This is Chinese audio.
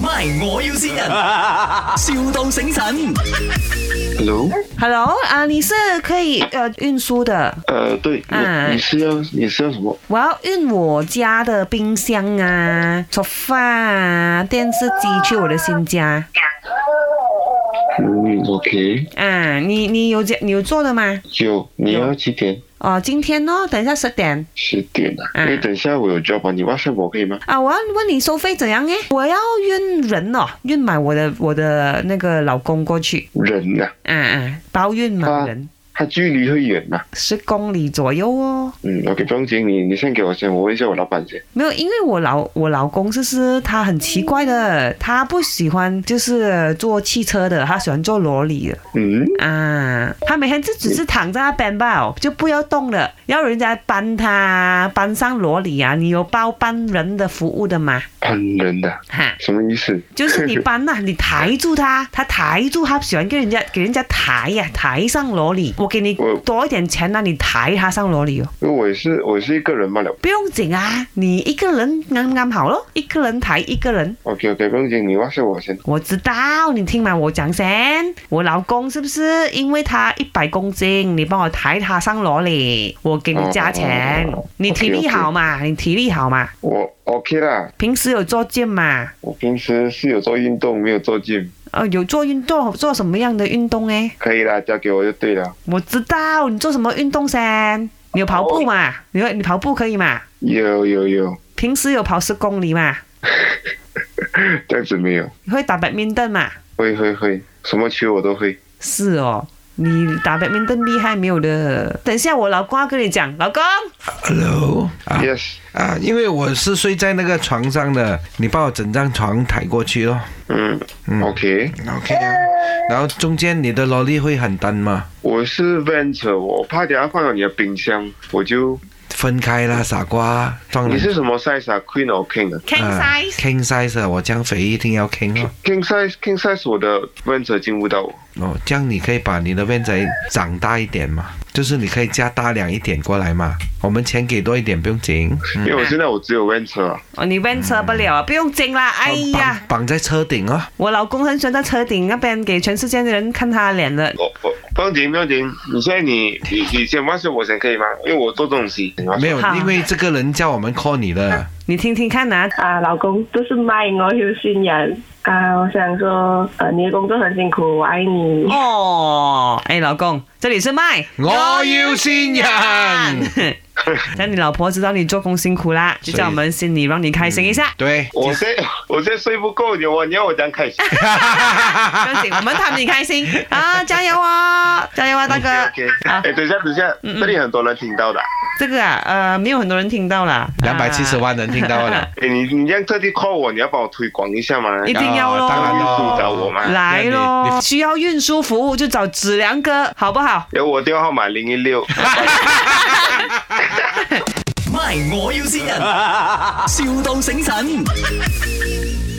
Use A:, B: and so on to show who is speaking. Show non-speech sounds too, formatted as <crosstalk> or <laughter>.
A: My，我要先人，, <laughs> 笑到醒神。
B: Hello，
C: Hello 啊，你是可以呃运输的，
B: 呃，对，
C: 哎
B: 你你是要你是要什么？
C: 我要运我家的冰箱啊、沙发啊、电视机去我的新家
B: 嗯，OK，
C: 啊。你你有家你有做的吗？
B: 有你要几点？
C: 哦，今天哦，等一下十点
B: 十点啊。
C: 哎
B: 哎、等一下我有 job 啊，你 WhatsApp 我可以吗？
C: 啊。我要问你收费怎样诶？我要运人哦，运买我的我的那个老公过去
B: 人啊，
C: 啊啊，包运满人
B: 他距离会远啊。
C: 十公里左右哦。
B: 嗯，OK，不用紧，你你先给我先，我问一下我老板先。
C: 没有，因为我老我老公就是他很奇怪的，他不喜欢就是坐汽车的，他喜欢坐罗里的
B: 嗯，
C: 啊。他每天就只是躺在那边吧哦，就不要动了，要人家搬他搬上罗里啊。你有包搬人的服务的吗？
B: 搬人的、啊，
C: 哈，
B: 什么意思？
C: 就是你搬呐、你抬住他，他抬住他，喜欢跟人家给人家抬呀、抬上罗里。我给你
B: 我
C: 多一点钱呐、你抬他上罗里哦。
B: <laughs> 因为我也是我也是一个人罢了。
C: 不用紧啊，你一个人啱啱好咯，一个人抬一个人。
B: OK OK，不用紧，你 WhatsApp 我先。
C: 我知道，你听完我讲先。我老公是不是因为他一百公斤，你帮我抬他上罗里，我给你加钱。
B: 哦
C: 你体力
B: OK，OK
C: 好嘛？你体力好嘛？
B: 我 OK 啦，
C: 平时有做健嘛？
B: 我平时是有做运动，没有做 gym，
C: 呃，有做运动，做什么样的运动诶？
B: 可以啦，交给我就对了。
C: 我知道你做什么运动先。你有跑步
B: 哦
C: 嘛？你有你跑步可以嘛？
B: 有有有，
C: 平时有跑十公里嘛？
B: 这样子没有。
C: 你会打白面凳嘛？
B: 会会会，什么球我都会。
C: 是哦，你打白面凳厉害没有的？等一下我老公要跟你讲，老公。
D: Hello 啊
B: Yes，
D: 啊，因为我是睡在那个床上的，你把我整张床抬过去咯
B: 嗯，OK，
D: ，OK 啊。然后中间你的萝莉会很单吗？
B: 我是 Venture，我怕等下放到你的冰箱，我就
D: 分开啦，傻瓜，放
B: 你是什么 size 啊？Queen or King 啊
C: King size，、
D: king size，啊我这样肥一定要 king 哦。
B: ？King size，King size，我的 Venture 进不到我。
D: 哦，这样你可以把你的面仔长大一点嘛，就是你可以加大量一点过来嘛，我们钱给多一点不用紧。嗯
B: 因为我现在我只有 Venture 啊。
C: 哦，你 van 车不了啊，不用紧啦。哎呀，
D: 绑绑在车顶哦。
C: 我老公很喜欢在车顶那边给全世界的人看他脸的。
B: 我我不用紧不用紧，你现在你你你先 WhatsApp 我先可以吗？因为我做这种事。你 WhatsApp
D: 没有
C: 好，
D: 因为这个人叫我们 call 你的。
C: 你听听看
D: <laughs>
C: 呐、
E: 啊，老公，这是麦，我有新人啊，我想说，呃，你的工作很辛苦，我爱你。
C: 哦，哎，老公，这里是麦，
D: 我要新
C: <laughs>
D: 人。
C: 让你老婆知道你做工辛苦啦，就叫我们心里让你开心一下。
D: 嗯对，
B: 我现在我现在睡不够，你我你要我讲开心
D: 嗯
C: <laughs> 不用紧，我们谈你开
D: <laughs>
C: 心啊，加油啊，加油啊，大哥。
B: ？OK，
C: 啊
B: 哎，等一下等一下，这里很多人听到的啊。
C: 这个啊，呃，没有很多人听到啦，
D: 两百七十万人听到了。
B: 哎，你你这样特地 call 我，你要帮我推广一下吗？
C: 一定要咯
D: 啊当然
B: 你找我
D: 咯。
B: 吗？
C: 啊，来
D: 那你
C: 咯，
D: 你
C: 需要运输服务就找子良哥，好不好？
B: 有我电话号码零一六。
A: My，我要先人，,笑到醒神。